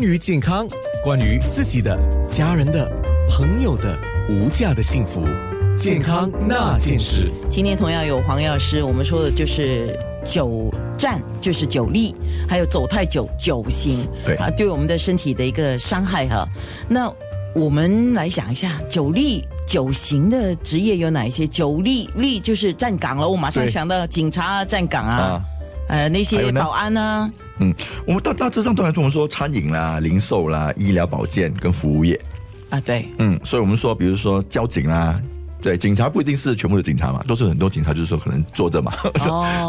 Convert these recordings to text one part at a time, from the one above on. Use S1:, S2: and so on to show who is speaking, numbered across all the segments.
S1: 关于健康，关于自己的、家人的、朋友的无价的幸福，健康那件事。
S2: 今天同样有黄药师，我们说的就是久站，就是久立，还有走太久久行，
S1: 对
S2: 啊，对我们的身体的一个伤害哈、那我们来想一下，久立久行的职业有哪一些？久立立就是站岗了，我马上
S3: 对
S2: 想到警察啊，站岗啊，
S3: 啊
S2: 呃，那
S3: 还
S2: 些
S3: 有呢
S2: 保安啊，
S3: 嗯，我们大大致上都还跟我们说餐饮啦、零售啦、医疗保健跟服务业。
S2: 啊，对，
S3: 嗯，所以我们说，比如说交警啦，对，警察不一定是全部的警察嘛，都是很多警察就是说可能坐着嘛，
S2: 哦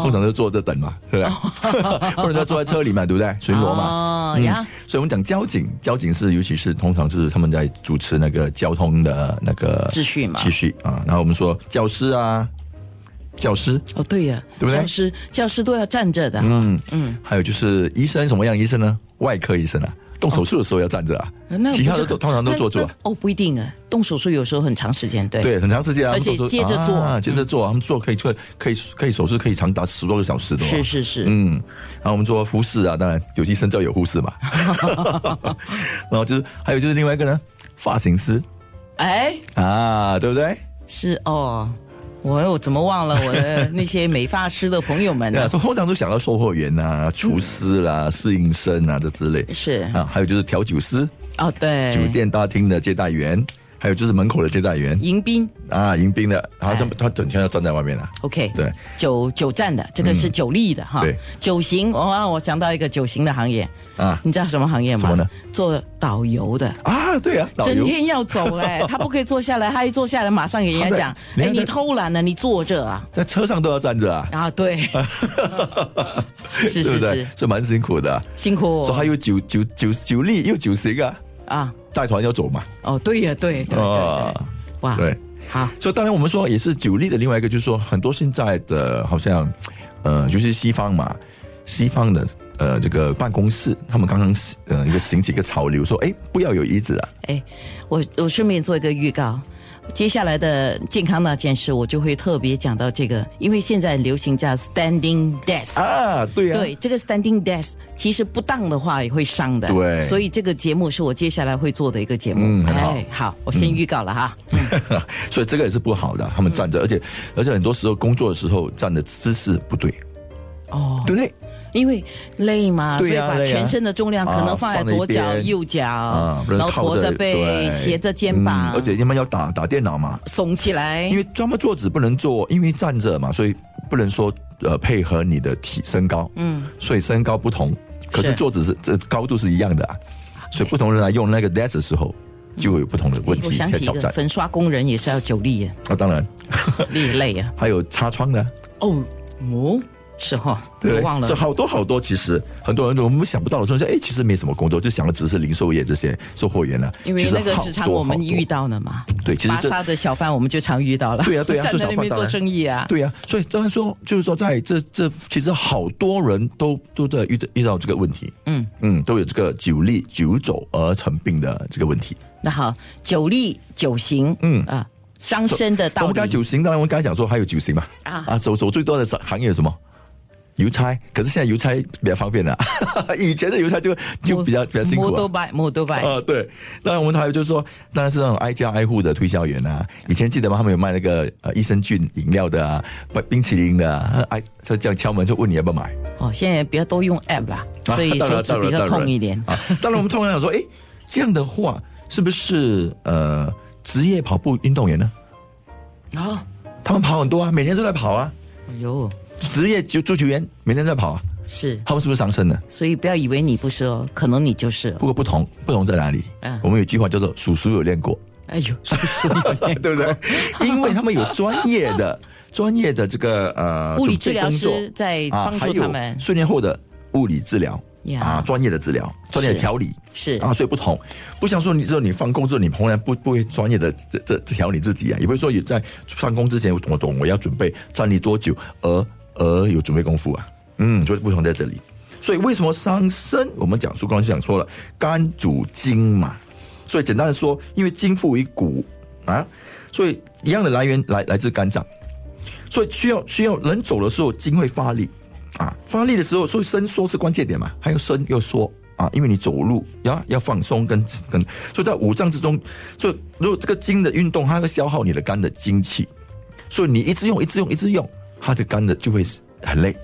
S3: 通常都是坐着等嘛，对 不对？或者他坐在车里嘛，对不对？巡逻嘛。
S2: 哦呀，
S3: 嗯所以我们讲交警，交警是尤其是通常就是他们在主持那个交通的那个
S2: 秩序嘛
S3: 秩序啊。然后我们说教师啊，教师，
S2: 哦对呀、
S3: 对不对
S2: 教师教师都要站着的，
S3: 嗯
S2: 嗯
S3: 嗯，还有就是医生什么样的医生呢？外科医生啊，动手术的时候要站着啊，
S2: 哦那
S3: 其他
S2: 不
S3: 的
S2: 是
S3: 都通常都坐住
S2: 那
S3: 啊
S2: 那。哦，不一定啊，动手术有时候很长时间，对，
S3: 对，很长时间啊，
S2: 而
S3: 他们
S2: 且
S3: 手术
S2: 接着做嗯
S3: 啊，接着做，他们做可以做，可以可以手术可以长达十多个小时的、哦。
S2: 是是是，
S3: 嗯，然后我们做护士啊，当然有医生就要有护士嘛。 然后就是还有就是另外一个呢，发型师
S2: 哎，
S3: 啊，对不对？
S2: 是哦，我我怎么忘了我的那些美发师的朋友们
S3: 对啊，
S2: 呢？
S3: 所以通常都想到售货员啊、厨师啦、侍应生啊这之类。
S2: 嗯是
S3: 啊，还有就是调酒师，
S2: 哦，对，
S3: 酒店大厅的接待员，还有就是门口的接待员
S2: 迎宾
S3: 啊，迎宾的，然后他
S2: 哎
S3: 们他整天要站在外面啊。
S2: ，OK，
S3: 对，嗯
S2: 九九站的这个是九立的哈，
S3: 对，
S2: 九行，我、哦、我想到一个九行的行业
S3: 啊
S2: 你知道什么行业吗？
S3: 什么呢？
S2: 做导游的。
S3: 啊，对啊，导
S2: 整
S3: 游。
S2: 天要走 哎、他不可以坐下来，他一坐下来马上给人家讲
S3: 他在：“你
S2: 哎，
S3: 看
S2: 你
S3: 在
S2: 偷懒了，你坐着啊
S3: 在车上都要站着啊！”，
S2: 啊，对，是
S3: 对
S2: 是
S3: 不
S2: 是
S3: 对，？这蛮辛苦的、啊。
S2: 辛苦
S3: 所以还有九九九九力又九行啊，
S2: 啊！
S3: 带团要走嘛。
S2: 哦，对呀，对对对对
S3: 啊，
S2: 哇，
S3: 对，
S2: 好，
S3: 所以当然我们说也是九力的另外一个，就是说很多现在的好像，呃，就是西方嘛，西方的呃这个办公室，他们刚刚呃一个兴起一个潮流，说哎不要有椅子啊，
S2: 哎，我我顺便做一个预告。接下来的健康那件事，我就会特别讲到这个，因为现在流行叫 standing desk，、
S3: 啊对啊，
S2: 对，这个 standing desk 其实不当的话也会伤的，
S3: 对
S2: 所以这个节目是我接下来会做的一个节目，
S3: 嗯很好嗯
S2: 哎，好，我先预告了哈，
S3: 所以这个也是不好的，他们
S2: 嗯
S3: 站着，而且而且很多时候工作的时候站的姿势不对，
S2: 哦，
S3: 对不对？
S2: 因为累嘛，所
S3: 对
S2: 以
S3: 呀
S2: 把
S3: 累呀
S2: 全身的重量可能
S3: 啊
S2: 放在
S3: 放在一
S2: 左脚、
S3: 边
S2: 右脚，
S3: 啊，不
S2: 然后
S3: 靠
S2: 驼着背、
S3: 对
S2: 斜着肩膀，
S3: 嗯而且他们要打打电脑嘛，
S2: 耸起来
S3: 因，为专门坐直不能坐，因为站着嘛，所以不能说呃配合你的体身高，
S2: 嗯，
S3: 所以身高不同，可是
S2: 是
S3: 坐直是这高度是一样的啊，所以不同人来用那个 desk 的时候，就会有不同的问题
S2: 我想
S3: 在
S2: 起一
S3: 挑
S2: 个
S3: 战。啊
S2: 粉刷工人也是要久立啊呀，
S3: 那当然
S2: 立累啊。
S3: 还有擦窗的，
S2: 哦哦，是哈、
S3: 对不
S2: 我
S3: 对，
S2: 忘
S3: 所
S2: 了
S3: 以。好多好多，其实很多人我们想不到的，说说哎，其实没什么工作，就想的只是零售业这些售货员了、啊，
S2: 因为
S3: 其实
S2: 那个
S3: 好
S2: 时常
S3: 多
S2: 我们
S3: 好多
S2: 遇到的嘛，
S3: 对，其实
S2: 巴
S3: 这
S2: 沙的小贩我们就常遇到了。
S3: 对啊对啊
S2: 站在
S3: 这小
S2: 那
S3: 贩
S2: 边
S3: 当
S2: 做
S3: 然
S2: 生意啊。
S3: 对呀、所以当然说，就是说，在这这其实好多人都都在遇到遇到这个问题，
S2: 嗯
S3: 嗯，都有这个久立久走而成病的这个问题。
S2: 那好，久立久行，嗯
S3: 嗯
S2: 啊，伤身的
S3: 我
S2: 道
S3: 们刚才
S2: 理
S3: 九行，当然我们刚才讲说还有九行嘛，
S2: 啊
S3: 啊，走走最多的行业有什么？邮差，可是现在邮差比较方便了、以前的邮差就就比较比较辛苦、
S2: 摩
S3: 啊
S2: 托。拜摩托拜，
S3: 啊、对，那我们还有就是说，当然是那种挨家挨户的推销员啊。以前记得吗？他们有卖那个呃益生菌饮料的啊，冰淇淋的啊，挨他这样敲门就问你要不要买。
S2: 哦，现在比较多用 app 啦，
S3: 啊
S2: 所以
S3: 当
S2: 手
S3: 然
S2: 指比较痛一点。
S3: 当然当然啊。当然，我们通常想说，哎，这样的话是不是呃，职业跑步运动员呢？
S2: 啊，
S3: 他们跑很多啊，每天都在跑啊。
S2: 哎呦，
S3: 职业足足球员每天在跑啊，
S2: 是，
S3: 他们是不是伤身呢？
S2: 所以不要以为你不是哦，可能你就是哦。
S3: 不过不同，不同在哪里？
S2: 嗯
S3: 我们有一句话叫做“叔叔有练过
S2: 哎呦，叔叔有点”，
S3: 对不 对？因为他们有专业的、专业的这个呃
S2: 物理治
S3: 准备
S2: 疗
S3: 工作
S2: 师在
S3: 啊，
S2: 帮
S3: 还
S2: 助
S3: 有
S2: 他们，
S3: 训练后的物理治疗
S2: 呀
S3: 啊，专业的治疗、专业的
S2: 是
S3: 调理。
S2: 是
S3: 啊，所以不同，不像说你之后你放工之后，你从来不不会专业的这这这调你自己啊，也不会说有在上工之前我我懂我要准备站立多久，而而有准备功夫啊，嗯，就是不同在这里。所以为什么伤身？我们讲述刚才讲说了，肝主筋嘛，所以简单的说，因为筋附于骨啊，所以一样的来源来来自肝脏，所以需要需要人走的时候筋会发力啊，发力的时候，所以伸缩是关键点嘛，还有伸又缩啊，啊，因为你走路要要放松跟跟，所以在五脏之中，所以如果这个筋的运动，它会消耗你的肝的精气，所以你一直用一直用一直用，它的肝的就会很累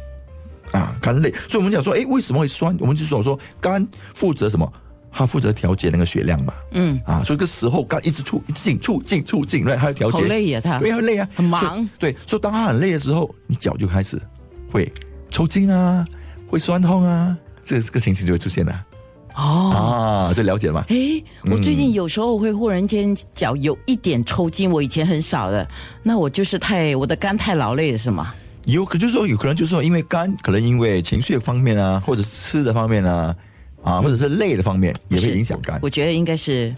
S3: 啊，肝累。所以我们讲说，哎，为什么会酸？我们就说说肝负责什么？它负责调节那个血量嘛，
S2: 嗯，
S3: 啊，所以这时候肝一直促一直进促进促进，然后它要调节，
S2: 好累呀他
S3: 对，很累啊，
S2: 很忙
S3: 所以对，所以当他很累的时候，你脚就开始会抽筋啊，会酸痛啊，这这个情形就会出现了、
S2: 哦。
S3: 啊，这了解了吗？
S2: 诶，我最
S3: 嗯
S2: 近有时候会忽然间脚有一点抽筋，我以前很少的。那我就是太我的肝太劳累了，是吗？
S3: 有，可就是说有可能就是说，因为肝可能因为情绪的方面啊，或者吃的方面啊，
S2: 嗯
S3: 啊，或者是累的方面，也会
S2: 是
S3: 影响肝。
S2: 我觉得应该是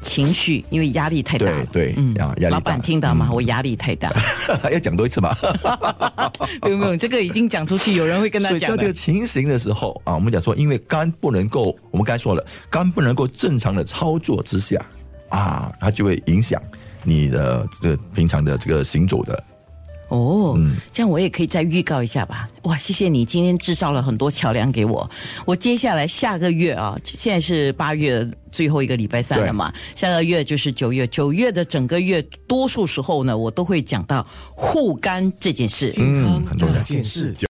S2: 情绪，因为压力太大了。
S3: 对对啊压力大
S2: 老板听到吗？我压力太大，
S3: 要讲多一次吧。
S2: 不用不用，这个已经讲出去，有人会跟
S3: 所
S2: 他
S3: 以在
S2: 讲
S3: 这
S2: 的
S3: 个。情形的时候啊，我们讲说，因为肝不能够，我们刚才说了，肝不能够正常的操作之下啊，它就会影响你的这个平常的这个行走的
S2: 哦，这样我也可以再预告一下吧。哇，谢谢你今天制造了很多桥梁给我。我接下来下个月啊，现在是八月最后一个礼拜三了嘛，下个月就是九月，九月的整个月，多数时候呢，我都会讲到护肝这件事。
S1: 健康
S3: 嗯很重要
S1: 那件事。